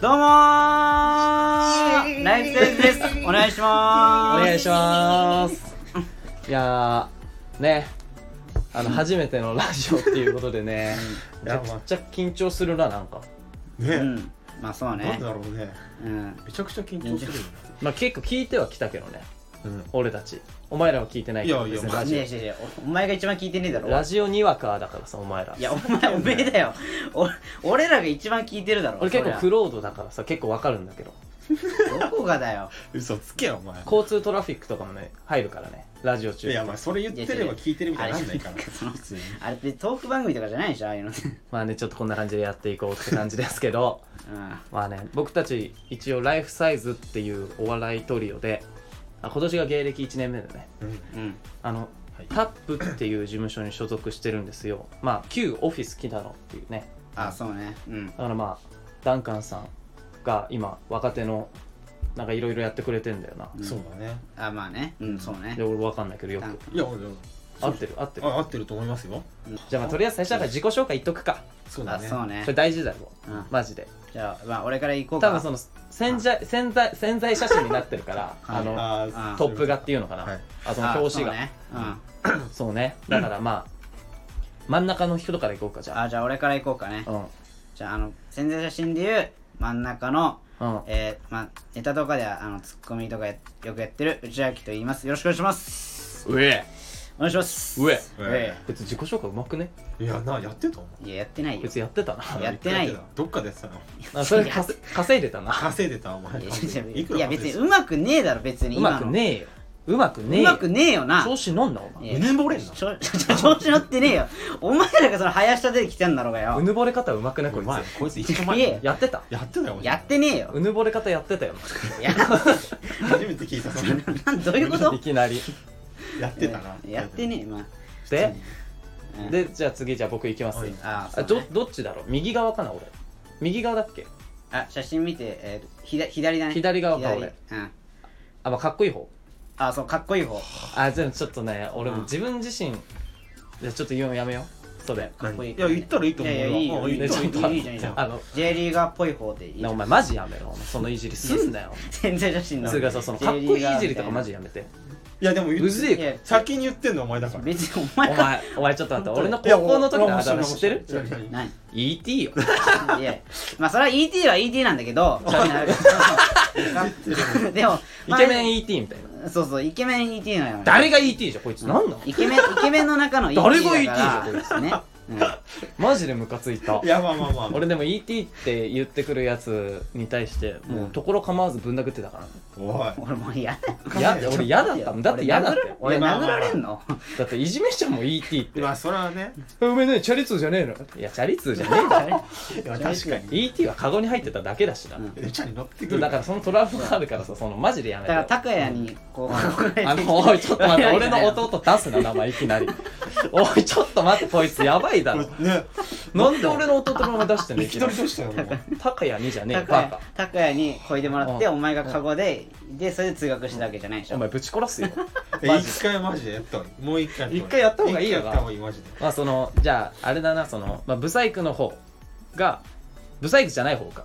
どうもーライフセージですお願いしおまー願いすしますいやーねあの初めてのラジオっていうことでねうめんちゃくちゃ緊張するななんかね、うん、まあそうなねんだろうねうんめちゃくちゃ緊張するよね、まあ結構聞いてはきたけどねうん、俺たちお前らは聞いてないけどいやいや別にマラねジえねえねえおお前が一番聞いてねえだオろラジオにわかだからさお前らいやお前おめえだよお俺らが一番聞いてるだろ俺結構そクロードだからさ結構わかるんだけどりゃどこがだよ嘘つけよお前交通トラフィックとかもね入るからねラジオ中いやお前それ言ってれば聞いてるみたいになんないからその普通にあれってトーク番組とかじゃないでしょああいうのってまあねちょっとこんな感じでやっていこうって感じですけどうんまあね僕たち一応ライフサイズっていうお笑いトリオであ今年が芸歴1年目でねうんうんあの、はいタップっていう事務所に所属してるんですよまあ旧オフィス北野っていうねあそうねうんだからまあダンカンさんが今若手のなんかいろいろやってくれてんだよな、うんそうだねあまあねうんそうねで俺分かんないけどよなんかくいや合ってる合ってるあ合ってると思いますよじゃあまあとりあえず最初だから自己紹介言っとくかそうだあねそうねそれ大事だようんマジでじゃあまあ俺から行こうか多分その潜在潜在潜在写真になってるから はいあのああトップ画っていいうのかな、はいあそのあ表紙そがうねうんそうねだからまあ真ん中の人からいこうかじゃあじゃあ俺から行こうかねあうんじゃああの宣伝写真でいう真ん中のうんえー、まあネタとかではあのツッコミとかやよくやってる内明と言いますよろしくお願いしますうえお願いしますうええ別に自己紹介うまくねいやなやってたもいややってないよ別にやってたなやってないよどっかでさあそれ稼稼いでたな稼いでたお前いやいやいくらいや別にうまくねえだろ別にう今まのくねえようまくねえうよまくねえよな調子乗んなお前いやうねぼれんなちょちょ調子乗 ってねえよお前らがその林下出てきたんだろうがようぬぼれ方うまくねこおい前つこいつ一個いや前やってたやってたよやってねえようぬぼれ方やってたよいや初めて聞いたそれ なんどういう こいときなりやってたなやってねえまあでうんでじゃあ次じゃあ僕行きますはいあそあうねどどっちだろう右側かな俺右側だっけあ写真見て、えー、ひだ左だね左側か左俺うんあまあかっこいい方あそうかっこいい方あでもちょっとね俺うんも自分自身じゃあちょっと言うのやめようそれかっこいいいや言ったらいいと思うよやいやいいよあいい言よっちたょらいいいいじゃんいいじゃんいと思ういじゃんあの J リーガーっぽい方でいいじゃなおん前マジやめろお前そのいじりすんなよ全然写真のそれからさそのかっこいいいじりとかマジやめていやでも言っうぜえいかや先に言ってんのお前だから別におお前が前お前ちょっと待って俺のいや高校の時俺のはあだ面白い名知ってる面白い違う違う何 ET よいやまあそれは ET は ET なんだけど でもイケメンン ET みたいなそうそうイケメン ET なのよ誰が ET じゃんこいつなんなのイケメンイケメンの中の ET だから誰が ET じゃんこいねうんマジでムカついたいやまあまあまあ俺でも ET って言ってくるやつに対してもうところ構わずぶん殴ってたかおい俺もう嫌だらねいや俺嫌だったもんだって嫌だったよ俺いやまあま殴あられんのだっていじめちゃうもん ET ってまあそれはねおめえねチャリ通じゃねえのいやチャリ通じゃねえんだよいや確かに ET はカゴに入ってただけだしな、うんレチャに乗ってくるだからそのトラウマがあるからさそのマジでやめだてから高谷にこう憧れあてのおいちょっと待って俺の弟出すな名前いきなり おいちょっと待ってこいつやばいだろこれねなんで俺の弟の名前出してんのい抜ききな取りりとしたよもう高谷にじゃねえよ高バ谷カ高谷にこいでもらってうんお前がカゴででそれで通学したわけじゃないでしおょ前ぶち殺すよえ一回マジでやった方がいいもう一回一回やった方がいいよ一回やった方がいいマジでまあそのじゃああれだなその、まあ、ブサイクの方がブサイクじゃない方か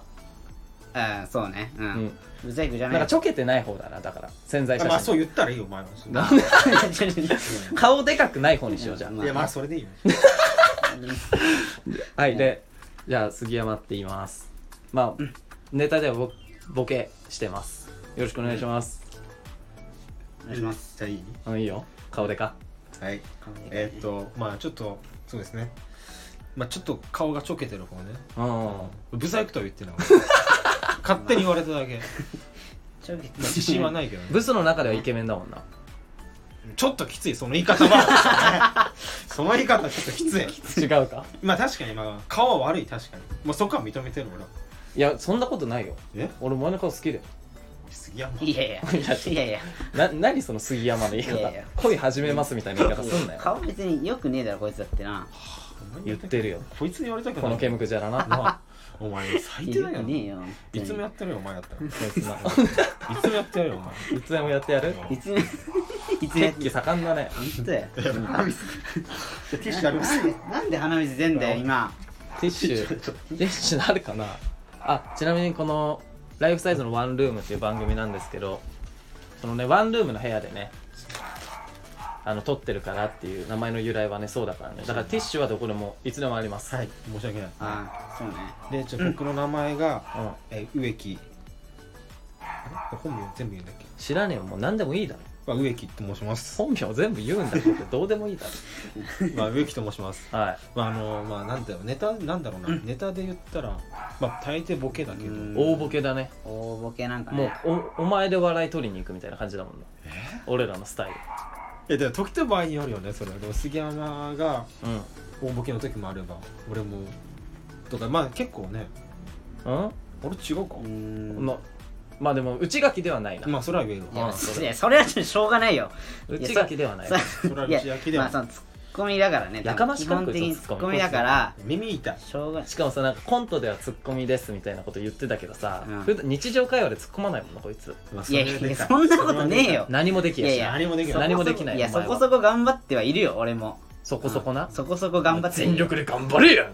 うんそうねううんんうざいくじゃなんなかいちょけてない方だなだから潜在あ写真まあそう言ったらいいよお前はそれなんでち ょちょちょ顔でかくない方にしようじゃんま いやまあそれでいいよはい、で、じゃあ杉山って言います。まあ、ネタではボボケしてます。よろしくお願いします。お願いしますじゃあいいあのいいよ。顔でか。はいえーっとまあちょっとそうですねまあちょっと顔がちょけてる方ねうん。ブサイクとは言ってない勝手に言われただけちょっと自信はないけどねブスの中ではイケメンだもんな。ちょっときついその言い 方はその言い方ちょっときつい違う かまあ確かにまあ顔は悪い確かにもうそこは認めてる俺はいや、そんなことないよ。え俺、お前の顔好きだよ。杉山いやいやいやちょっといやいやな、何その杉山の言い方。いやいや恋始めますみたいな言い方すんなよ。顔別によくねえだろこいつだってな言ってるよ。こいつに言われたくないこのケムクジャラな。なあお前最低よだよくなねえよいつもやってるよお前だったら いこいつなつもやってるよお前いつでもやってやるいつもいつもやっ血て気盛んだね。本当だよティッシュありますなんで鼻水出んだよ今ティッシュ、ティッシュなるかなあちなみにこの「ライフサイズのワンルーム」っていう番組なんですけどそのねワンルームの部屋でねあの撮ってるからっていう名前の由来はねそうだからねだからティッシュはどこでもいつでもあります、はい申し訳ないああそうねでじゃあ僕の名前が、うん、え植木あれ本名全部言うんだっけ、知らねえよもう何でもいいだろまあ、植木と申し ます本名全部言うんだってどうでもいいだまあ植木と申しますろはいまああのまあなんだろうネタなんだろうな、ネタで言ったらまあ大抵ボケだけど、うん大ボケだね大ボケなんかもうねおお前で笑い取りに行くみたいな感じだもんな俺らのスタイえでも時と場合によるよねそれはでも杉山がルうん大ボケの時もあれば俺もとかまあ結構ねうん俺違うか、うーんのまあでも内垣ではないな、まあそれは上がいやあそれいやそれはちょっとしょうがないよ内垣ではないさそれは内垣いやでまはあそのツッコミだからねやかまし基かっ本こいい的にそツのッツッココミミだから耳痛いしょうがないしかもさなんかコントではツッコミですみたいなこと言ってたけどさ、うん普段日常会話で突っ込まないもんなこいつまあいそやれいはやでいかやいそんなことねえよ何もできやしいや何もできそこそこない何もできないいやおそ前はこそこ頑張ってはいるよ俺もそこそこな、そこそこ頑張って全力で頑張れや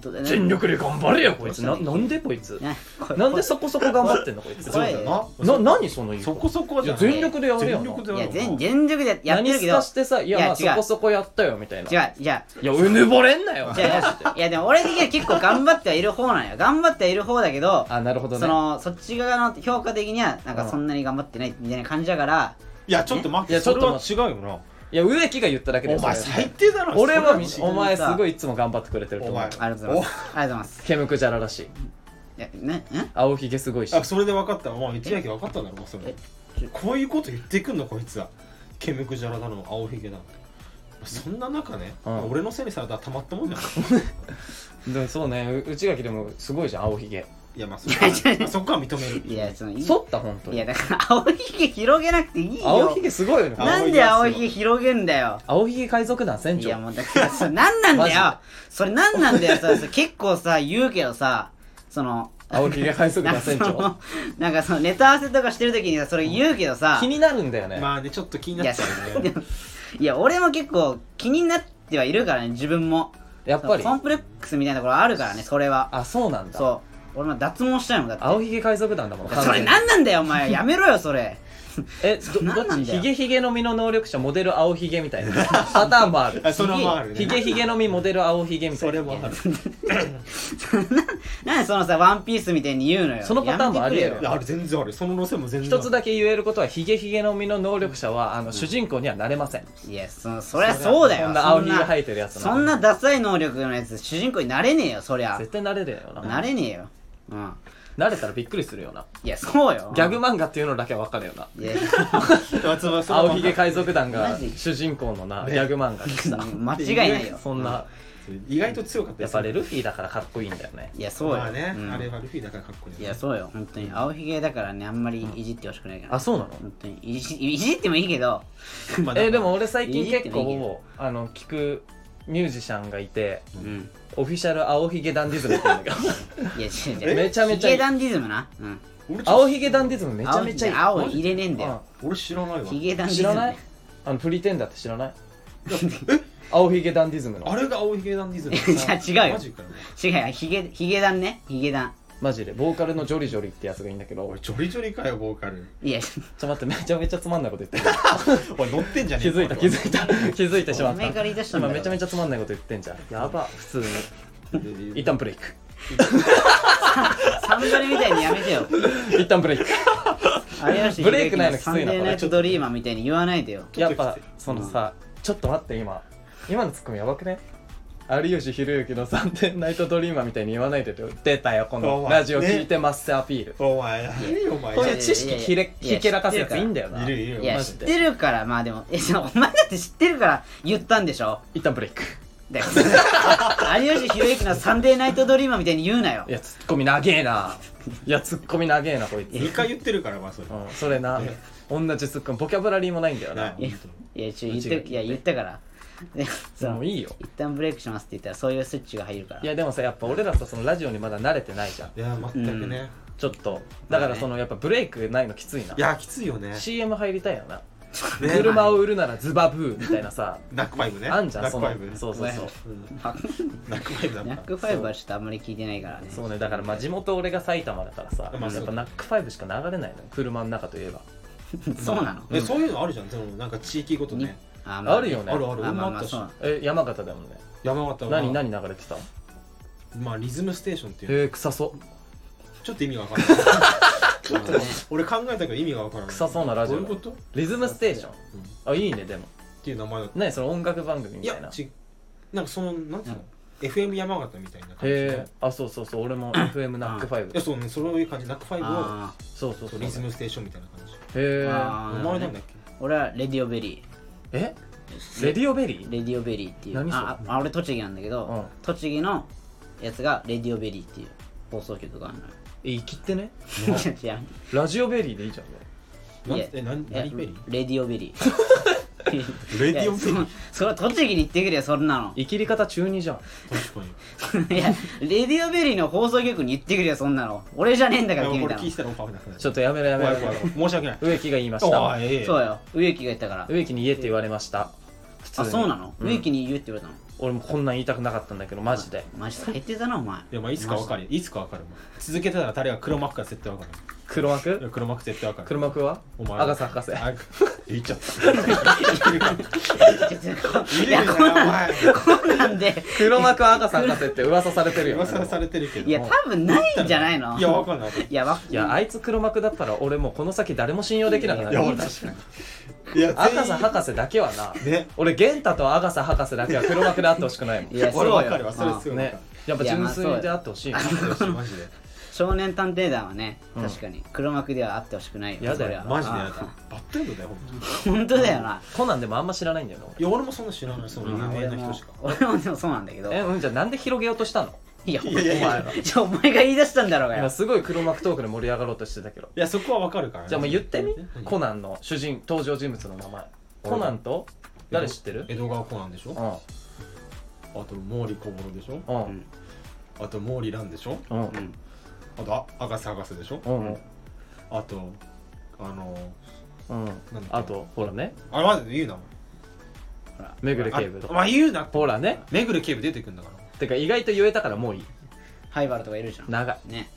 どうだね全力で頑張れやこいつなどうしたなんでこいつねこなんでそこそこ頑張ってんのこいつそう怖だいよなな何その言い方そこそこいじゃやん全力でやれよ全力でいややる全全力でやって何るけすどかしてさいやまあいそや違こうそこやったよみたいなじいゃあじゃあやうぬぼれんなよじゃあいやでも俺的には結構頑張ってはいる方なんよ頑張ってはいる方だけどあなるほどねそのそっち側の評価的にはなんうかんそんなに頑張ってないみたいな感じだからいやちょっと待っていやちょっと待それは違うよいや植木が言っただけでなお前それ最低だろ俺はみそれお前そすれはごいいつも頑張ってくれてるとお思う前ありがとうございますありがとうございますケムクジャラらしいいやねん青ひげすごいしおあそれで分かったお前一焼き分かったんだろもうそれえこういうこと言ってくんのこいつはケムクジャラだの青ひげだのそんな中ね、うん俺のせいにされたらたまったもんじゃんでもそうねう内垣でもすごいじゃん青ひげいやまあそこはまあそこは認めるいやそのい剃った本当いやにだから青ひげ広げなくていいよ青ひげすごいよねあなんで青ひげ広げんだよ青ひげ海賊団船いや長もうだからそれ何なんだマジよそれ何なんだよそれそれ結構さ言うけどさその青ひげ海賊なん団かそ船長のなんかそのネタ合わせとかしてる時にさそれ言うけどさ、気になるんだよねまあねちょっと気いになやっちゃうそようでねもいや俺も結構気になってはいるからね自分もやっぱりコンプレックスみたいなところあるからねそれはあそうなんだそう俺も脱毛したいもんだって青ひげ海賊団だもんそれ何なんだよお前やめろよそれえどど何なっちんだよヒゲヒゲの実の能力者モデル青ひげみたいなパターンもあるあそれもあるねヒゲヒゲの実モデル青ひげみたいそなれもあるなんでそのさワンピースみたいに言うのよそのパターンもありえやめるてくれいやある全然あるその路線も全然あ一るつだけ言えることはヒゲヒゲの実の能力者はあの主人公にはなれませんいやそのそりゃそうだよそこんんなな青ひげ生えてるやつそんなダサい能力のやつ主人公になれねえよそりゃ絶対慣れるよななれねえようん慣れたらびっくりするよないやそうよギャグ漫画っていうのだけは分かるよないや松葉さんは青ひげ海賊団がマジ主人公のなギャグ漫画でさ 間違いないよそんな意外と強かったやっぱレルフィだからかっこいいんだよねいやそうよ、まあね、うんあれはルフィだからかっこいいよいねやそうよ本当に青ひげだからねあんまりいじってほしくないから、あそうなの本当にいじいじってもいいけどまあえでも俺最近い結いってね構あの聞くミュージシャンがいてうんオフィシャル青ひげダンディズムって言うんだけどいや違う 違うめちゃめちゃヒゲダンディズムな、うん、俺ちょ青ひげダンディズムめちゃめちゃいい青い青入れねえんだよ俺知らないわヒゲダうンんディ知ズムらないあのプリテンダーって知らない 青ひげダンディズムあのれが青ひげダン ディズムじゃあ違うよマジかよ違うよヒゲヒゲダンねヒゲダンマジでボーカルのジョリジョリってやつがいいんだけど俺ジョリジョリかよボーカルいやちょっと待ってめちゃめちゃつまんないこと言ってるおい乗ってんじゃね気えづいた気づいた 気づいてしまっ前かたら言い出したんだ今よめちゃめちゃつまんないこと言ってんじゃんやば普通にい一旦ブレイクサンドリみたいにやめてよ一旦ブ レイク有吉ブレイクないのきついサなンデーナイトドリーマーみたいに言わないでよやっぱそのさ、ちょっと待って今今のツッコミやばくね有吉弘行の「三点ナイトドリーマー」みたいに言わないでよ出たよこのラジオ聞いてますアピール、お前何よお前こうれいう知識ひれひけらかすやついいんだよないるいるいよや知マっジでてるからまあでもえそのお前だって知ってるから言ったんでしょ一旦ブレイクだよ 有吉弘行の「サンデーナイトドリーマー」みたいに言うなよいやツッコミ長えないやツッコミ長えなこいつ、 2回言ってるからまあそれうん、それなね同じツッコミボキャブラリーもないんだよなないいや本当にいやちょ言っていや言ったからでそものういいよ一旦ブレイクしますって言ったらそういうスイッチが入るからいやでもさやっぱ俺らさそのラジオにまだ慣れてないじゃんいや全くねちょっとだからそのやっぱブレイクないのきついな、 いやきついよね CM 入りたいよな車を売るならズバブーみたいなさナックファイブね。 あんじゃナんッそクフのァイブね。そうそうそううんナナックファイブだもんッな。クファイブはちょっとあんまり聞いてないからねそうねだからまあ地元俺が埼玉だからさまあやっぱナックファイブしか流れないのよ車の中といえばそうなのえ、そういうのあるじゃん。そのなんか地域ごとねね。ああるよねあるある。まあま俺もああまあったしそう。なのえ山形だもんね山形は。何何流れてたへまあリズムステーションっていう。え臭そちょっと意味がわかんない。 ちょっとね俺考えたけど意味がわからない。臭そうなラジオどういうこと？っうリズムステーションあいいねでもていう名前だった。何その音楽番組いみたいなや、へち、なんかそのなんつうの？FM 山形みたいな感じ。えあそうそうそう俺も FM ナックファイいやブそうね、そういう感じ。ナックファイブをあそうそうそそううリズへムステーションみたいな感じ。ーえあー名前なんだっけ？俺はレディオベリえレディオベリーーレディオベリーっていう何それああ俺栃木なんだけど、うん栃木のやつがレディオベリーっていう放送局があるのよえ生きってね いやラジオベリーでいいじゃんねなんいやえ、何いや何ベリー？レディオベリー レディオベリーいやそそれは栃木に行ってくれよそんなの生きり方中二じゃん確かに。いやレディオベリーの放送局に行ってくれよそ んなの俺じゃねえんだからいや君みこれたい聞いてたらオファーなくなる。ちょっとやめろやめ怖ろい怖い怖い申し訳ない。植木が言いましおたいええそうよ植木が言ったから植木に言えって言われました普通あにそうなのうん植木に言うって言われたの俺もこんなん言いたくなかったんだけどマジでマジ最低だなお前 いやまあいつかわかるよいつかわかるもん続けてたら誰が黒幕か絶対わかる黒幕いや黒幕絶対わかる黒幕はお前アガサ博士あ言っちゃいったいやるよこんなおなん前こんなんで黒幕アガサ博士って噂されてるよ噂されてるけどいや多分ないんじゃないのいやわかんな いいやわいやあいつ黒幕だったら俺もうこの先誰も信用できなくなるいや確かにいやアガサ博士だけはな全員ね俺ゲンタとアガサ博士だけは黒幕であってほしくないもんいや俺そうわよかるわそれすごいわねかやっぱ純粋であってほしいなるわかるマジで少年探偵団はねうん確かに黒幕ではあってほしくないよやだそれよはマジでやだあバッテンドだよほんとに本当だよなコナンでもあんま知らないんだよな俺いや俺もそんな知らないその有名な人しか俺も俺もでもそうなんだけどえうんじゃあなんで広げようとしたのいやおいやいやいや前じゃあお前が言い出したんだろうが今よすごい黒幕トークで盛り上がろうとしてたけどいやそこはわかるからねじゃあもう言ってみ何コナンの主人登場人物の名前コナンと誰知ってる江戸川コナンでしょうあと毛利小五郎でしょんううんんあと毛利蘭でしょうんうんあとあ赤瀬博士でしょうんうんあとあのうんなんだあとほらねあれまず言うな目暮警部とあまあ言うなほらねめぐる警部出てくんだからてか意外と言えたからもういいハイバルとかいるじゃん長いね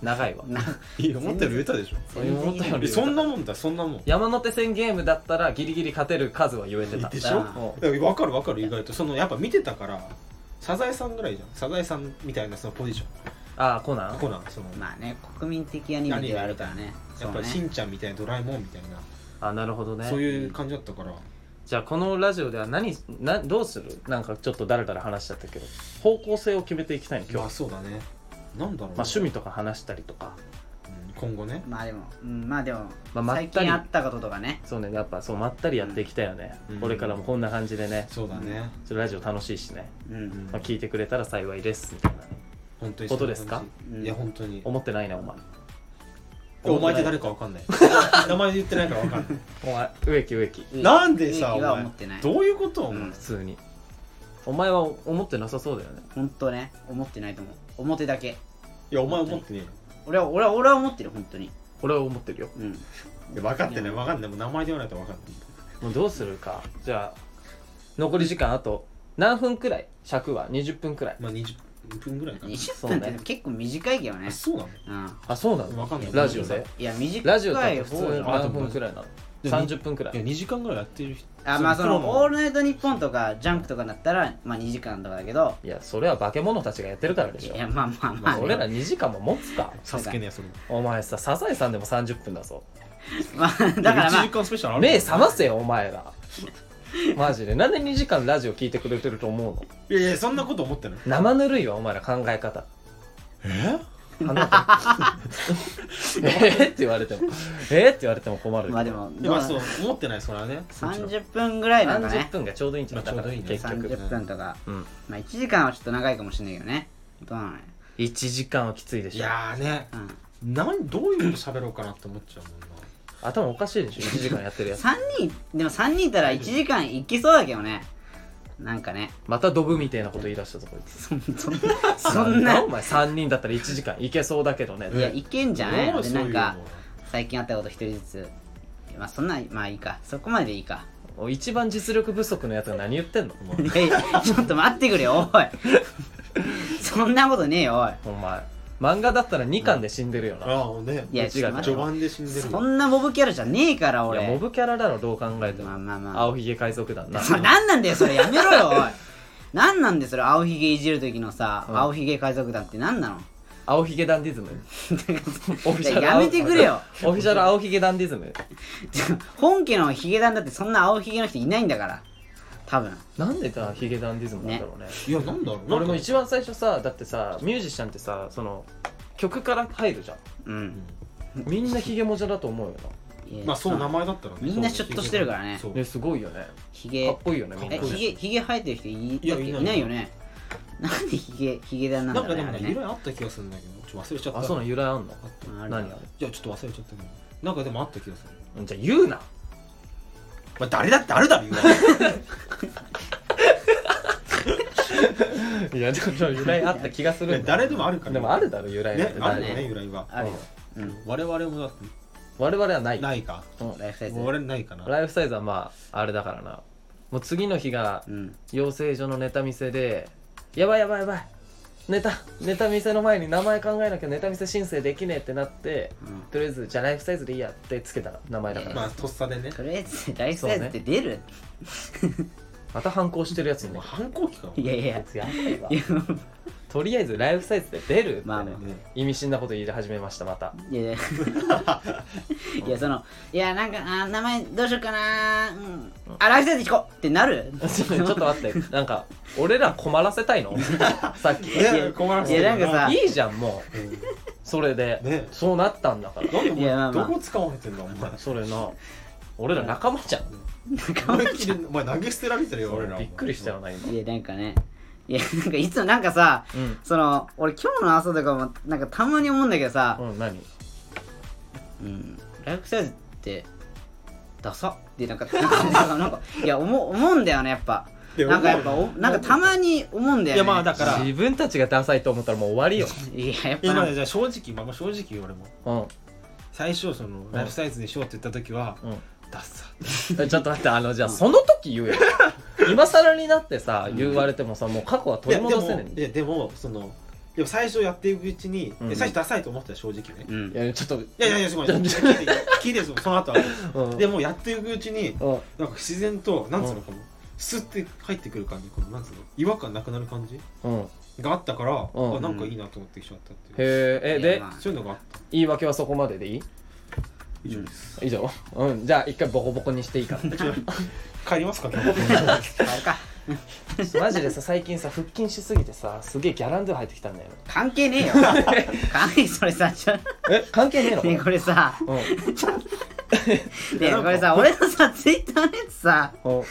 長いわないや思ったより売れたでしょそういうことよえりそんなもんだそんなもん山手線ゲームだったらギリギリ勝てる数は言えてたでしょうん分かる分かる意外とそのやっぱ見てたからサザエさんぐらいじゃんサザエさんみたいなそのポジショああコナンンコナンそのまあね国民的アニメではあるからねやっぱりしそうんちゃんみたいなドラえもんみたいなあなるほどねそういう感じだったからじゃあこのラジオでは何などうするなんかちょっと誰々話しちゃったけど方向性を決めていきたいの今日まあそうだねなんまあだろう趣味とか話したりとかうん今後ねねまあでもうんまあでもまあまったり最近あったこととかねそうねやっぱそうまったりやっていきたいよね、うんこれからもこんな感じでねそうだねちょっとラジオ楽しいしね、ううんんまあ、聞いてくれたら幸いですみたいなね本当にことですかうんいや本当に思ってないなお前お前って誰か分かんない名前言ってないから分かんないお前植木植木なんで利さお益は前思ってないどういうことおう前ん普通にお前は思ってなさそうだよね本当ね思ってないと思う表だけいやお前思ってねえよ俺は俺は俺は思ってる本当に俺は思ってるようんいや分かってない分かんないもう名前で言わないと分かんないもうどうするかじゃあ残り時間あと何分くらい尺は20分くらいまあ20分ぐらいかな20そう分ねって結構短いけどねあそうなのうんあそうなのわかんないラジオでいや短い方ラジオだと普通が何分くらいなのでも30分くらいやい2時間ぐらいやってる人あまあそのプロ「オールナイトニッポン」とか「ジャンク」とかだったらまあ2時間とかだけどいやそれは化け物たちがやってるからでいしょやまあまあまあね俺ら2時間も持つかサスケねそれお前さサザエさんでも30分だぞまあだからま1時間スペシャルある目覚ませよお前らマジでなんで2時間ラジオ聞いてくれてると思うのいやいやそんなこと思ってない生ぬるいわお前ら考え方え花 子えーって言われてもえーって言われても困あるまあでもいやそう思ってないそれはね30分ぐらいなんだ30ね分がちょうどいいんじゃないまあだからちょうどいいね結局30分とかうんまあ1時間はちょっと長いかもしれないけどねどうなのよ1時間はきついでいしょやーねうん何どういうこと喋ろうかなって思っちゃうもんな頭おかしいでしょ1時間やって るやつ3人でも3人いたら1時間いきそうだけどねなんかねまたドブみたいなこと言い出したぞこいつそんそんなそんだなお前3人だったら1時間いけそうだけどねいやいけんじゃないどうでそうないうんのか最近あったこと一人ずつまあそんなまあいいかそこまでいいか お一番実力不足のやつが何言ってんのもういやいやちょっと待ってくれよおい そんなことねえよおいお前漫画だったら2巻で死んでるよな、ああねいやちょっと待って序盤で死んでるそんなモブキャラじゃねえからい俺やモブキャラだろどう考えても、まあまあまあ青ひげ海賊団な何なんだよそれやめろ よおい何なんでそれ青ひげいじる時のさ、うん青ひげ海賊団って何なの 青ひげダンディズムオフィシャルいややめてくれよ オフィシャル青ひげダンディズム本家のヒゲダンだってそんな青ひげの人いないんだから多分なんでさヒゲダンディズムなんだろうねいやなんだろう俺も一番最初さだってさミュージシャンってさその曲から入るじゃんうんみんなヒゲもじゃだと思うよいやまあそう名前だったらねみんなシュッとしてるからねそうなねすごいよねヒかゲっこいいよねみんなえかっこいいヒゲヒゲ生えてる人いいやいいないいないよねなんでヒゲヒゲダンななんんだろかうねあでもれねね由来あった気がするんだけどちょっと忘れちゃったあそうなあの由来あんのったうんある何あいやちょっと忘れちゃったけどなんかでもあった気がするれじゃあ言うな まあ誰だってあるだろ由来いやでも由来あった気がするんだよ誰でもあるからでもあるだろ由来なんねてあ誰るでもよね由来はあるようん我々もだっ我々はなていないかうんライフサイズ我々ないかなライフサイズはまああれだからなもう次の日がうん養成所のネタ見せでやばいやばいやばいネタネタ見せの前に名前考えなきゃネタ見せ申請できねえってなってうんとりあえずじゃあライフサイズでいいやってつけた名前だから、まあとっさでねとりあえずライフサイズって出る また反抗してるやつにもうね反抗期かもいやいややつやばいわいや とりあえずライフサイズで出るってね、まあまあね意味深なこと言い始めましたまたい やいやいやそのいやなんかあー名前どうしようかなーうんあライフサイズ聞こうってなるちょっと待ってなんか俺ら困らせたいのさっきいや困らせてるいやなんかさいいじゃんもううんそれで、ねそうなったんだから何いやまあお前まあどこ使われてんだお前それな俺ら仲間じゃん思いっきりお前投げ捨てられてるよ俺らびっくりしたよねな今いやなんかねいやなんかいつもなんかさうんその俺今日の朝とかもなんかたまに思うんだけどさ、うん何うん、ライフサイズってダサってなんかなんかなんかなんかいや思う思うんだよねやっぱいやなんかやっぱお思うよなんかたまに思うんだよねいやまあだから自分たちがダサいと思ったらもう終わりよ、いややっぱ今なまでじゃあ正直まあまあ正直俺もうん最初そのライフサイズにしようって言った時はうんダッサえちょっと待ってあのじゃあその時言えよ今更になってさ言われてもさもう過去は取り戻せないやいでもいやでもそのでも最初やっていくうちに、うんえ最初ダサいと思ってた正直ね、ういんやちょっといやいやいやすごい聞いて聞いてその後はうんでもやっていくうちにうんなんか自然となんつうのかなスッて入ってくる感じこのなんつうの違和感なくなる感じうんへがあったから、うんあなんかいいなと思ってきちゃったっていう、ええいやでまあそういうのがあった言い訳はそこまででいい以上です、以上うんじゃあ一回ボコボコにしていいから帰りますか今日あれか マジでさ最近さ腹筋しすぎてさすげえギャランドゥ入ってきたんだよ関係 ねえよ関係それさちょえ関係ねえのこれねこれさうねこれさ俺のさツイッターのやつさんうん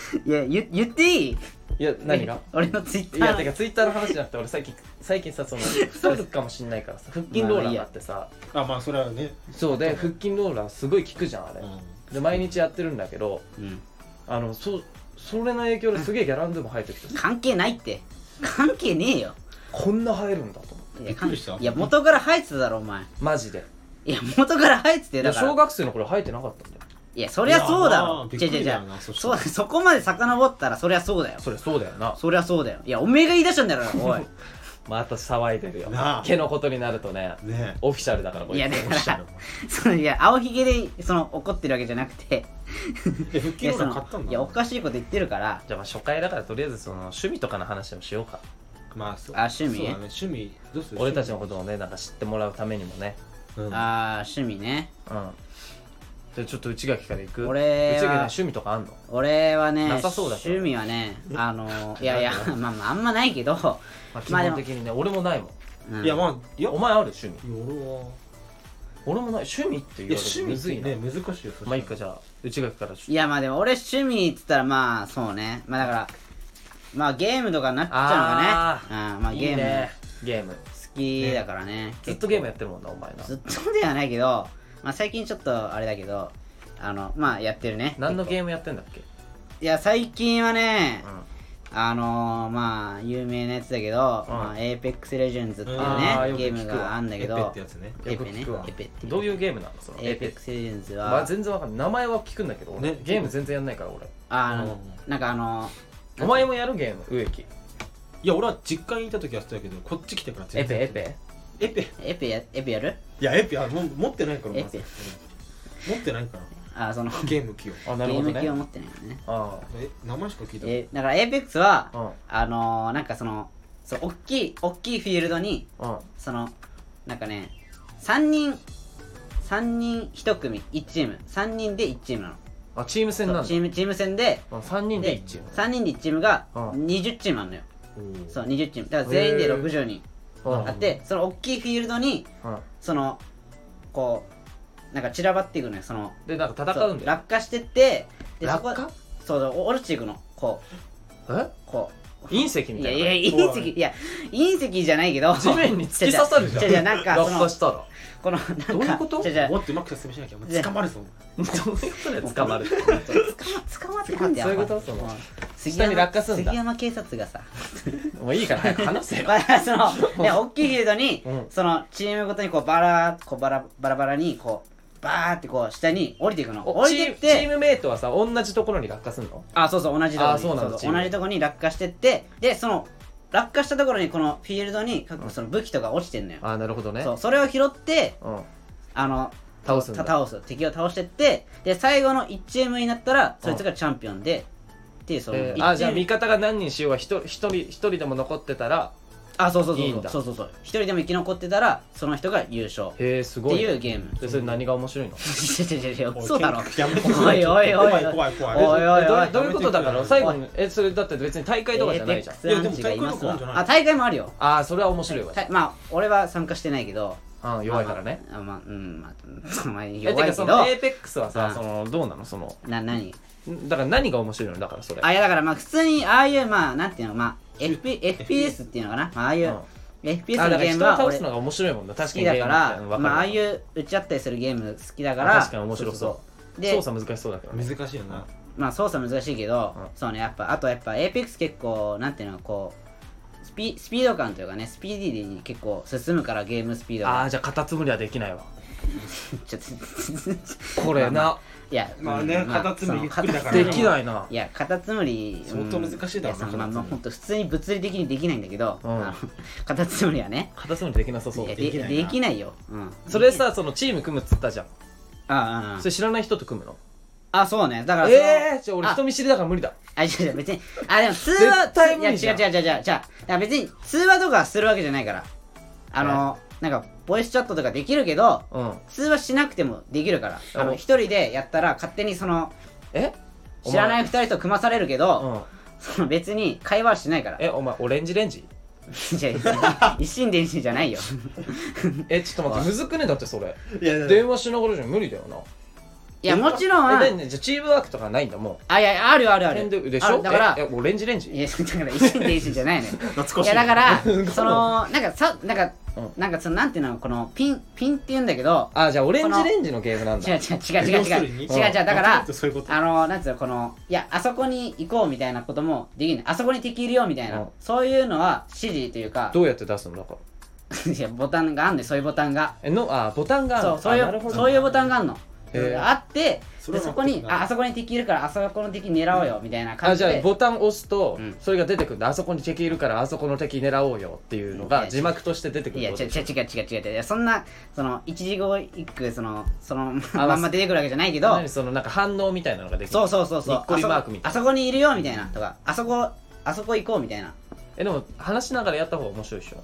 いや言言っていいいや何が俺のツイいッタやーてのかツイッターの話じゃなくて俺最近 最近さその太るかもしんないからさ腹筋ローラーがあってさあまあそれはね、そうで腹筋ローラーすごい効くじゃんあれうで毎日やってるんだけどうんあのそそれの影響ですげえギャランドゥも入ってきて関係ないって関係ねえよこんな入るんだと思いびやっくりしたいや元から生えてただろお前うマジでいや元から生えてていだやから小学生の頃入ってなかったんだよいやそりゃそうだいやまろあ違びうっ違うくり違だうよなそしたそらうそこまで遡ったらそりゃそうだよそれそうだよなそりゃそうだよいやおめえが言い出したんだろ おいまた騒いでるよなあ毛のことになるとねんねオフィシャルだからこいれやだえどうしたかのおら そのいや青ひげでその怒ってるわけじゃなくて 前え腹い筋やロそーラー買ったんのだいやおかしいこと言ってるからじゃあまあ初回だからとりあえずその趣味とかの話でもしようかまあそうあ趣味そうだね趣味どうする俺たちのことをねなんか知ってもらうためにもねうんあー趣味ねうんじゃあちょっと内垣から行く俺は内垣の趣味とかあんの俺はねなさそうだけど趣味はねあのいやいやまあまああんまないけど、まあ、基まあで本も的にね俺もないもんうん、いやまあいやお前ある趣味俺は俺もない趣味って言いわれや趣る味むっずていな、ね難しいよそしたらまあいいかじゃあ内垣からいやまあでも俺趣味っつったらまあそうねまあだからまあゲームとかになっちゃうのがねうんまあいゲいームねゲーム好きだからねずっとゲームやってるもんなお前なずっとではないけど、まあ、最近ちょっとあれだけどあのまあやってるね何のーゲームやってんだっけムいや最近はね、うんあのー、まあ有名なやつだけど、まあ、エーペックスレジェンズっていうねあーよくゲ聞ーくわムがあるんだけエペっどてやつねエよくペね聞くわエペってどういううゲームなのそのエーペックスレジェンズまあ、は全然わかんない名前は聞くんだけど俺、ねゲーム全然やんないから俺あのなんかあのお前もやるゲーム植木いや俺は実家にいた時やってたけどこっち来てからエ全ペ然エペエペエペやエペやるいやエペあもう持ってないからエペまずうん持ってないからあーそのゲーム機をあゲなるーほどム機をね持ってないよねあえ名前しか聞いたことないえだからエーペックスは、ああのー、なんかそのそう大きい大きいフィールドにうんうんそのなんかね3人3人1組1チーム3人で1チームなのあチーム戦そなうんだチームチーム戦であ3人で1チーム3人で1チームがうん20チームあるのよおーそう20チームだから全員でへー60人うんあってその大きいフィールドにうんそのこうなんか散らばっていくのよそのでなんか戦うそんうだよ落下してってでそ落こ下そうそう落ちていくのこうえこ隕石うみいたやいいなや隕石いや隕石じゃないけど地面に突き刺さるじゃん違う違う違うなんか落そ下のしたらどこのなんかどういうこと違う違うもっとうまく説明しなきゃもう捕まるぞういうことで捕 まる捕ま捕まってたんだよそういうことお前そのうん杉下に落下すんだ杉山警察がさもういいから早く話せよまあそのね大きいフィールドに、うんそのチームごとにこうバラこうバラバラバラにこうバーってこう下に降りていくのお降チりてっームチーてムメイトはさ同じところに落下すんのあそうそう同じとこあにそうなんだチーム同じとこに落下してってでその落下したところにこのフィールドに各その武器とか落ちてんのよ、あなるほどねそうそれを拾ってうんあの倒すんただ倒す敵を倒してってで最後の1チームになったらそいつがチャンピオンで、っていうその、え一ーチームあじゃあ味方が何人しようが一人一人一人でも残ってたらあそうそうそういいんだそうそうそう一人でも生き残ってたらその人が優勝ってへえすごいねいうゲ ームでそれ何が面白いの違う違う違う嘘だろやめておいおいおい怖い怖い怖いおいおいえどうどういうことだかやめらて最後にえそれだって別に大会とかじゃないじゃんエーペックスアンチがいますわいやでも大会とかあるんじゃないあ大会もあるよああそれは面白いわたまあ俺は参加してないけどうん弱いからねあまあうんまあまあえ弱ていかけそどのエーペックスはうさんそのどうなのそのな何んだから何が面白いのだからそれあいやだからまあ普通にああいうまあなんていうのまあ FP FPS っていうのかなまあああいううん FPS あだのかゲーら人ムをは倒俺すの好が面白いもんだ確かきにゲーだかムってのらは分まああかあるいわう打ち合ったりするゲーム好きだから確かに面白そうで操作難しそうだけどね難しいよなまあ操作難しいけど、うんそうねやっぱあとやっぱ APEX 結構なんていうのこうスピスピード感というかねスピーディーに結構進むからゲームスピードあがあじゃあカタツムリはできないわちょっと これなあいやまあねうんカタツムリゆっくりだからそのでカタきないないやカタツムリ相当難しいだろうなうんやそのまあカタツムリまあ本当普通に物理的にできないんだけど、うんあのカタツムリはねカタツムリできなさそういやでできでないなきないよ、うん、それさそのチーム組むっつったじゃんあああそれ知らない人と組むのああそうねだからそのええじゃあ俺人見知りだから無理だあ、違う違う、別に。あ、でも通話、絶対無理いじゃや、ん違う違う違う違う。じゃあ、別に通話とかするわけじゃないから。あの、なんか、ボイスチャットとかできるけど、うん通話しなくてもできるから。あおの、一人でやったら、勝手にその、え知らない二人と組まされるけど、うんその別に会話はしないから。えお前オレンジレンジいやいや一心伝心じゃないよ。えちょっと待ってむずくねだってそれいやいや電話しながらじゃ無理だよないいや、もちろん、え何じゃあチームワークとかないんだもあ、いや、あるよあるうあえる。ででしあょるだからええ、オレンジレンジいや、だから一心伝心じゃないのよ。懐いかしやいだかなら、その、なんかさ、なんか、なんかその、なんていうの、この、ピン、ピンって言うんだけど、あじゃあオレンジレンジのゲームなん違うだ違う違う違う違う違う違うだからそういうことあのなんつうのこのいやあそこに行こうみたいなこともできないあそこに敵いるよみたいな、うんそういうのは指示というかどうやって出すんだか らいやボタンがあんねそういうボタンがえのあボタンがあるそうそういあなるほうどそういうボタンがあんのへえあってそれではそこに納得だああそこに敵いるからあそこの敵狙おうよみたいな感あじじゃであボタン押すと、うんそれが出てくるんだあそこに敵いるからあそこの敵狙おうよっていうのいがや字幕として出てくいるやって違こうと違う違う違う違う違うそんなその一時語一句そのそのあまんま出てくるわけじゃないけど何そのなんか反応みたいなのができるそうそうそうそうにっこりマークみたいなあそこあそこにいるよみたいなとかあそこあそこ行こうみたいなえでも話しながらやった方が面白いでしょ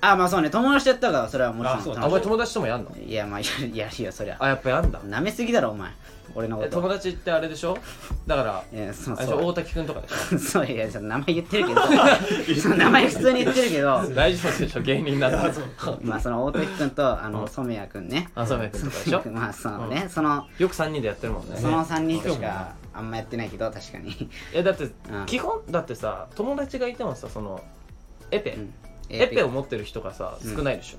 あまあそうね友達とやったからそれはもちろんあそうだあお前友達ともやんのいやまあやるやるよそりゃあやっぱやんだなめすぎだろお前俺のこえ友と達ってあれでしょだからいやそうあれでしょそ大滝くんとかでしょう そういやその名前言ってるけ どその名前普通に言ってるけど大丈夫でしょ芸人なんだまあ その大滝君とあの染谷君ねあそうめくんとかでしょ まあそのねそのよく3人でやってるもんねその3人とそうしだよかあんまやってないけど確か にえだってうん基本だってさ友達がいてもさそのエペうんエペを APEX い持ってる人がさうん少ないでしょ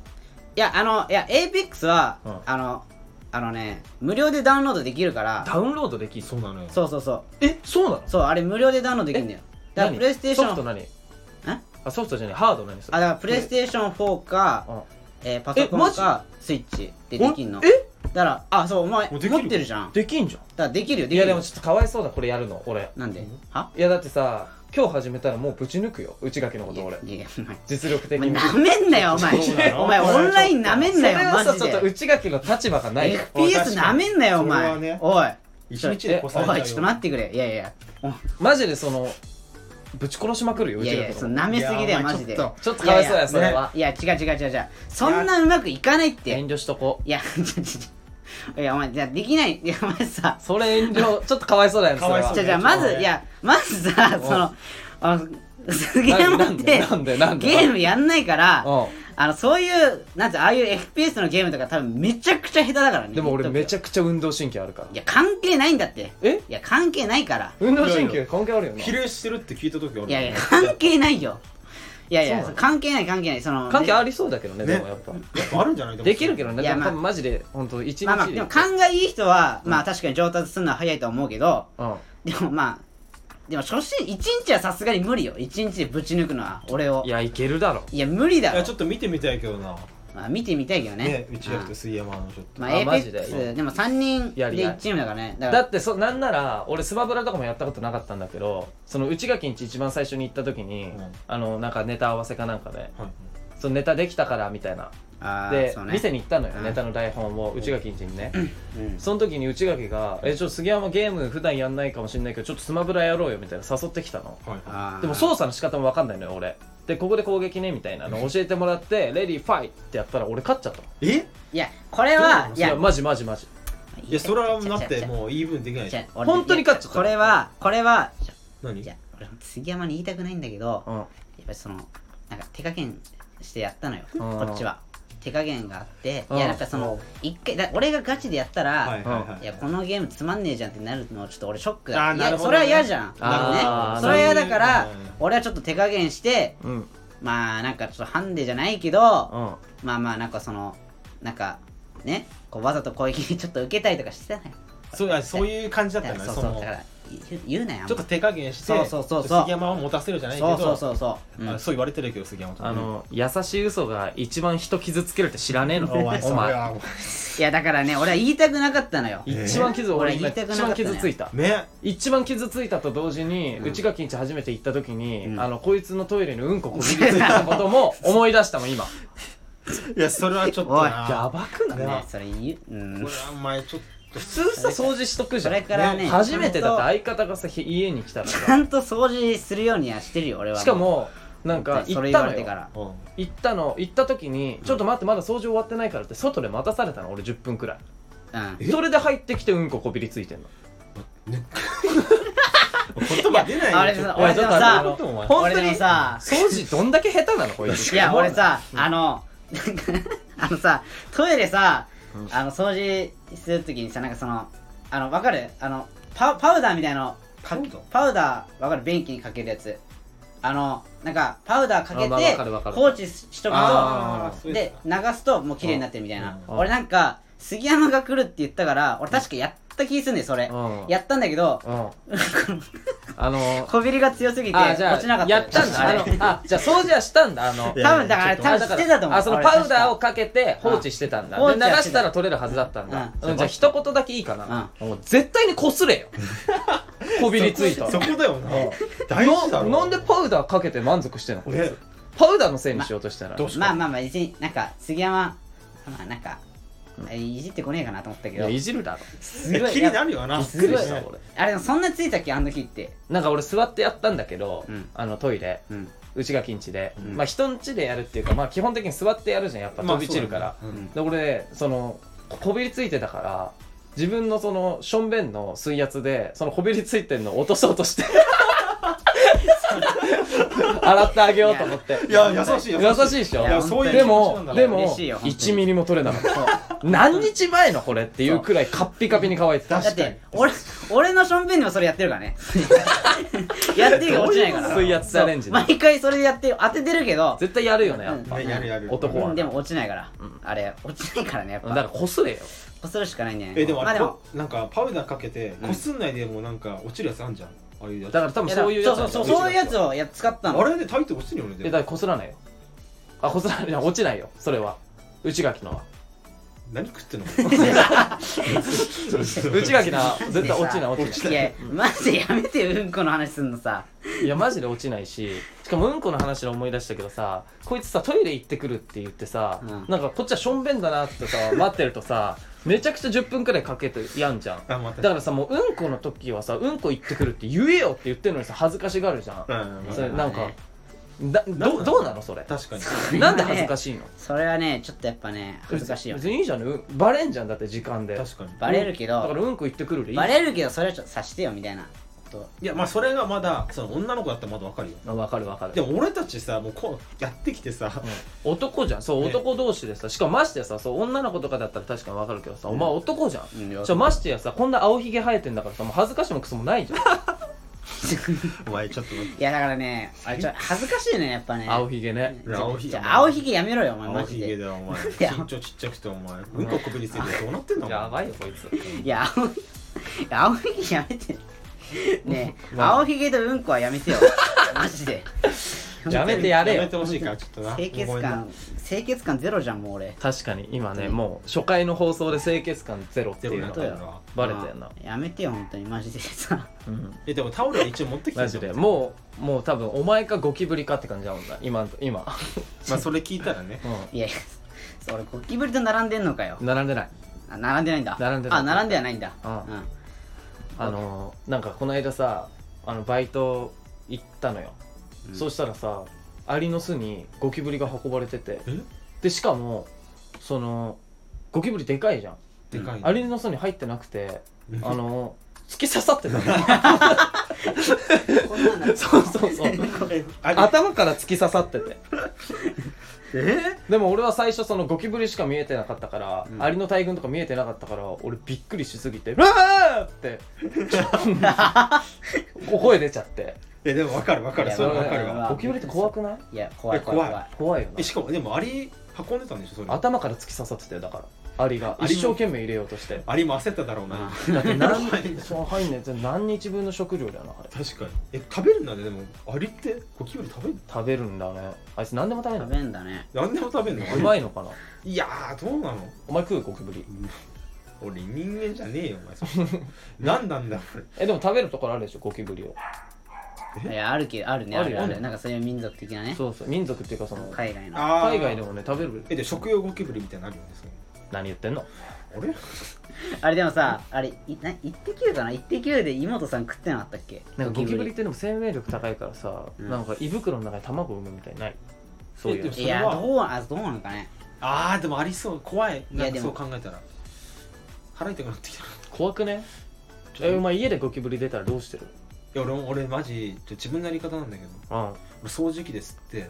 やあのいや APEX はうんあのあのね無料でダウンロードできるからダウンロードできるそうなのよそうそうそうえそうなのそうあれ無料でダウンロードできるんだよだから何プレイステーションソフト何あソフトじゃないハード何それあだからプレイステーション4か、うんえーパソコえマンジかスイッチでできんのおえだからあそうお前も持うできるってるじゃんだかできんじゃんらできるよでいきやるでよもちょっとかわいそうだこれやるの俺なんではいやだってさ今日始めたらもうぶち抜くよ内垣のこいとや俺いや実力お的前おに前なめんなよお前そうなのお前オンラインなめんそなれよはマさジちょっとで内垣の立場がないよ FPS なめんなよおそれ前はねおい一日で越されおたいよちょっと待ってくれいやいやマジでそのぶち殺しまくるよい内やいや垣のそこのなめすぎだいよやお前マジでちょっとちょっとかわいそういやいややそれはいや違う違う違う違うそんなうまくいかないって遠慮しとこういやちょちょちょいやお前じゃできないいやお前さそれ遠慮ちょっとかわいそうだよねそれはかわじいそゃうじゃまずいやまずさそのあの杉山っなてなんでなんでゲームやんないからうあのそういうなんてああいう FPS のゲームとか多分めちゃくちゃ下手だからねんでも俺めちゃゃくちゃ運動神経あるからいや関係ないんだってえいや関係ないから運動神経関係あるよな比例してるって聞いた時俺いやいや関係ないよいやいそうやなの関係ない関係ないその関係あるりそうだけどねねでもやっぱあるんじゃないできるけどねいでやもまあ多分マジで本当一日まあまあでも勘がいい人はまあ確かに上達するのは早いとは思うけどうんでもまあでも初心一日はさすがに無理よ一日でぶち抜くのは俺をいやいけるだろいや無理だいろやちょっと見てみたいけどなまあ見てみたいけどねね内垣と杉山のちょっまとああマジで APEX でも3人でやりたい1チームだからねだかだらってそなんなら俺スマブラとかもやったことなかったんだけどその内垣んち一番最初に行った時に、うんあのなんかネタ合わせかなんかではいそのネタできたからみたいなあーで、そうね店に行ったのよ、うんネタの台本を内垣んちにね、うんその時に内垣が「えちょっと杉山ゲーム普段やんないかもしんないけどちょっとスマブラやろうよ」みたいな誘ってきたのはいはいあーでも操作の仕方も分かんないのよ俺でここで攻撃ねみたいなの教えてもらって「レディーファイ!」ってやったら俺勝っちゃったのえいやこれはいいややマジマジマジいやそれはなってもう言い分できないじゃんう本当に勝っちゃったこれはこれは何いや俺杉山に言いたくないんだけどうやんっぱりそのなんか手加減してやったのようんこっちは手加減があってうんいやなんかその一回だ俺がガチでやったはいらはいはいいやこのゲームつまんねえじゃんってなるのはちょっと俺ショックだあーいなるやそほどれねは嫌じゃんねあーそれは嫌だかならるほどね俺はちょっと手加減してうんまあなんかちょっとハンデじゃないけどうんまあまあなんかそのなんかねこうわざと攻撃ちょっと受けたりとかしてたのよそうあそういう感じだだっかたんらだそうそそうだのから言う言うなよちょっと手加減してそうそうそうそうちょっと杉山を持たせるじゃないけそどうそうそうそう、うんあそう言われてるけど杉山とあの優しい嘘が一番人傷つけるって知らねえのお前そおれ前はお前いやだからね俺は言いたくなかったのよい一番傷俺俺今言いた一くなか番ったね傷ついたね一番傷ついたと同時にうん内垣んち初めて行った時にうんあのこいつのトイレにうんここびりついたことも思い出したもん今いやそれはちょっとおいなやばくないねねそれ言う、うこれん、はお前ちょっと普通さ掃除しとくじそゃんれからね初めてだって相方がさひ家に 来たらちゃさんと掃除するようにはしてるよ俺はしかもなんかそ行れっ言たわれのてかよらうん行ったの行った時にちょっと待ってまだ掃除終わってないからって外で待たされたの俺10分くらいうんそれで入ってきてうんここびりついてんの言葉出ないよあれちょっと俺ちょでっもとさあのお前本俺当でもにさ掃除どんだけ下手なのこいついや俺さあのあのさトイレさうんあの掃除するときにさなんかそのあのわかるあのパパウダーみたいなのかけパパウウダーダーわかる便器にかけるやつあのなんかパウダーかあまあわかけるわかてる放置ししとくとあーそういうでやつ流すともう綺麗になってるみたいな、うん俺なんか杉山が来るって言ったから俺確かやった気すんねんそれ、うんやったんだけ どうんあのこびりが強すぎてあ落じゃちなかあったやったんだあのあじゃあ掃除はしたんだあのいや多分だからちょ多分知あだかっとっらてたと思うあそのパウダーををかけて放置してたんだうん放で流置はしてたしたら取れるはずだったんだうんうんじゃあ一言だけいいかなもう絶対にこすれよこびりついたそこ だよなうん大事だなろなんでパウダーかけて満足してんの俺パウダーのせいにしようとしたらどうしまあまあまあ別になんか杉山まあなんか、いじってこねえかなと思ったけいどやいじるだろいや気になるよなびっくりした俺あれでもそんなついたっけあの日ってなんか俺座ってやったんだけどうんあのトイレうん内垣んちでんまあ人んちでやるっていうかまあ基本的に座ってやるじゃんやっぱまあ飛び散るからそうだねうんで俺そのここびりついてたから自分のそのしょんべんの水圧でそのこびりついてんのを落とそうと して洗ってあげようと思っていや優しい優優ししいいでしょいやそういうで気持ちなんもでだから嬉もしいよ本当に1ミリも取れなかったそう何日前のこれっていうくらいカッピカピに乾いてただって俺俺のションベンでもそれやってるから ねやってるけど落ちないからどういう水圧チャレンそジう毎回それやって当ててるけど絶対やるよねやっぱ、うねやるやる男うはんでも落ちないから、んあれ落ちないからねやっだからぱこすれよこするしかないねえでもまああれでもなんかパウダーかけてうんこすんないでもなんか落ちるやつあんじゃんああいうやつだから多分そういうやつなんだよそうそうそういうやつをや使ったのあれでタイって落ちてるよねえでだもからこすらないよあこすらないじゃ落ちないよそれは内 垣のは何食ってんの内垣のは絶対落ちない落ちないいやマジでやめてようんこの話すんのさいやマジで落ちないししかもうんこの話で思い出したけどさこいつさトイレ行ってくるって言ってさ、うんなんかこっちはしょんべんだなってさ待ってるとさめちゃくちゃ10分くらいかけてやんじゃんあまただからさもううんこの時はさうんこ行ってくるって言えよって言ってるのにさ恥ずかしがるじゃん、うんそれなんか、ねだなんどだどうなのそれ確かになんで恥ずかしいのそれはねちょっとやっぱね恥ずかしいよ別にいいじゃんうんバレんじゃんだって時間で確かにバレるけだからどうんこ行ってくるでいいバレるけどそれはちょっと察してよみたいな こといやまあそれがまだその女の子だったらまだわかるよあわかるわかるでも俺たちさもうこうやってきてさうん男じゃんそうね男同士でさしかもましてやさそう女の子とかだったら確かにわかるけどさお前男じゃうんんよじゃあましてやさこんな青ひげ生えてんだからさもう恥ずかしもクソもないじゃんお前ちょっと待っていやだからねあれちょ恥ずかしいねやっぱね青ひげねじゃ青ひげじゃあ青ひげやめろよお前青マジひげでだよお前や身長ちっちゃくてお前うんここびりついてどうなってん のやばいよこいついや青ひげ青ひ げやめてねえ まあ青ひげとうんこはやめてよ マジでやめてやれやめよてほしいからちょっとな清ご潔めんな感清潔感ゼロじゃんもう俺確かに今ねもう初回の放送で清潔感ゼロってゼいロうになのったがよなバレたよなまあやめてよ本当にマジで さうんえでもタオルは一応持ってきてマジでもうもう多分お前かゴキブリかって感じだもんな今んと今うまあそれ聞いたらねういやいやそう俺ゴキブリと並んでんのかよん並んでないあ並んでないんだ並んでないあ並んではないんだうんうんあのーなんかこの間さあのバイト行ったのよ、うんそしたらさアリの巣にゴキブリが運ばれててえでしかもそのゴキブリでかいじゃんでかいアリの巣に入ってなくてうんあのー突き刺さってたのこんなんだそうそうそうえあれ頭から突き刺さっててえでも俺は最初そのゴキブリしか見えてなかったから、うんアリの大群とか見えてなかったから俺びっくりしすぎて「うわー!」って 声出ちゃってえでも分かる分かるいやそれは分かるまあまあわまあゴキブリって怖くないいや怖いいや怖い怖い怖いよなえしかもでもアリ運んでたんでしょそれ頭から突き刺さってたよだからアリがアリも一生懸命入れようとしてアリも焦っただろうなうだって何入んないそう入んない何日分の食料だよなあれ確かにえ食べるんだねでもアリってゴキブリ食べる食べるんだねあいつ何でも食べんる食のべんだね何でも食べるのうまいのかないやーどうなのお前食うゴキブリ俺人間じゃねえよお前そんな何なんだこれえでも食べるところあるでしょゴキブリをいやあるけどあるねああるよるねあるなんかそういう民族的なねそうそう民族っていうかその海外のあー海外でもね食べるえで食用ゴキブリみたいなのあるよねそ何言ってんのれあれあれでもさあれいな一滴湯かな一滴湯で妹さん食ってなかったっけなんかゴキブリってでも生命力高いからさ、うんなんか胃袋の中に卵を産むみたいにないそういうえでのもいやどうあどうなのかねあーでもありそう怖いいやなんでかもそう考えたら腹痛くなってきたい怖くねちょえお前家でゴキブリ出たらどうしてるや俺も俺マジちょ自分のやり方なんだけどうん俺掃除機ですって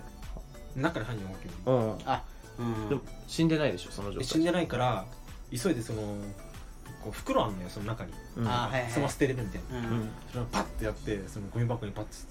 中に入んのゴキブうリんうんでも死んでないでしょその状で態死んでないから急いでそのこう袋あんのよその中にうんあはいはいそのまま捨てれるみたいなううんんそれをパッてやってそのゴミ箱にパッて捨て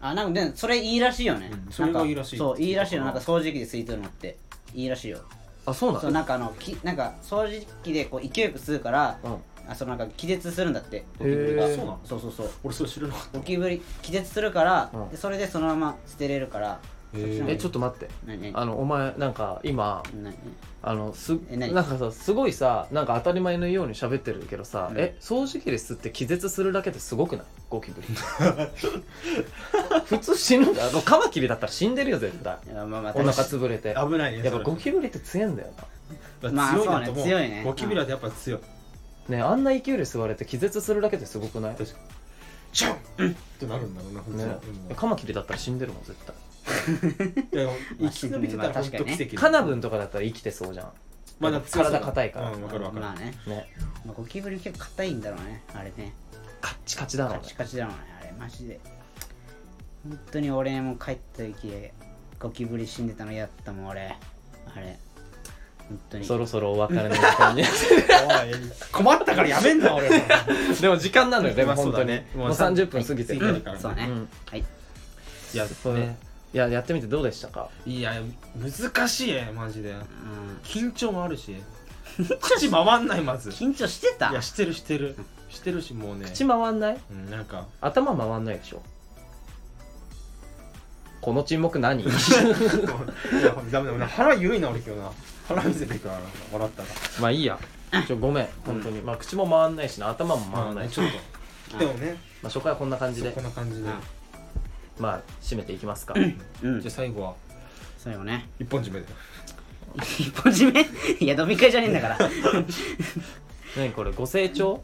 あなんかでもそれいいらしいよねうなんんかそれがいいらしいそういいらしいよなんか掃除機で吸い取るのっていいらしいよあそうなそうのなんかあのきなんか掃除機でこう勢いよく吸うからうんあそのなんか気絶するんだってゴキブリへがーそうなのそうそうそう俺それ知らなかったゴキブリ気絶するから、うんでそれでそのまま捨てれるからへーそっちの方がえちょっと待って何何あのお前なんか今何あのすえなん何かさすごいさなんか当たり前のように喋ってるけどさ、うんえ掃除機で吸って気絶するだけってすごくないゴキブ リ普通死ぬんだよあのカマキリだったら死んでるよ絶対いやまあまあお腹潰れてやっ危ないねぱゴキブリって強いんだよブまあ強いなと思そうね強いねゴキブリはやっぱ強いなねあんな勢いで吸われて気絶するだけってすごくない、確かにジャンってなるんだろうな本当にねえカマキリだったら死んでるもん絶対いやでも生き延びてたら本当奇跡だよカナブンとかだったら生きてそうじゃんまだ強そう体硬いからうんわかるわかるまあね、ねまあ、ゴキブリ結構硬いんだろうねあれねカッチカチだろうカねチカチだろうねあれマジで本当に俺も帰った時ゴキブリ死んでたのやったもん俺あれ本当にそろそろお別れの時間におい困ったからやめんな俺もでも時間なのよでもまあそ本う当だに、ねもう30分過ぎてはるいかうら、んそうね、うんはいいやそうねいややってみてどうでしたかいや難しいねマジでうん緊張もあるし口回んないまずい緊張してたやしてるしてるしてるしもうね口回んないうんなんか頭回んないでしょこの沈黙何いやダメだ俺腹ゆるいな俺今日な腹見せてくからなんか笑ったらまあいいやちょごめん本当にまあ口も回んないしな頭も回んないし、ちょっうんとでもねまあ、初回はこんな感じそうでこんな感じでうんまあ締めていきますかうんじゃあ最後はそうよね一本締めで一本締め いや飲み会じゃねえんだから何これご清聴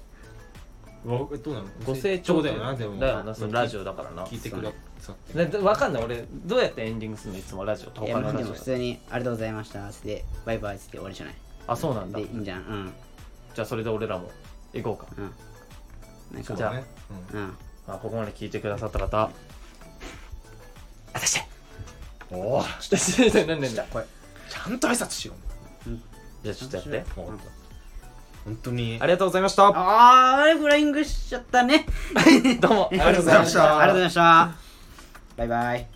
わえどうなのご清聴だよなでもだよなそのラジオだからな聞いてくださってね、分かんない俺どうやってエンディングするのいつもラジオとい他やのまあラでジもオ普通に「ありがとうございました」っつって「バイバイ」っつって終わりじゃないあそうなんだでいいんじゃんうんじゃあそれで俺らも行こううか、んなんそかうじゃだあねうんまあ、ここまで聞いてくださった 方私うんおおしてしてして何何じゃこれちゃんと挨拶しよあちょっとやってうわかった本当にありがとうございましたあーあれフライングしちゃったねどうもありがとうございましたたありがとうございましたバイバイ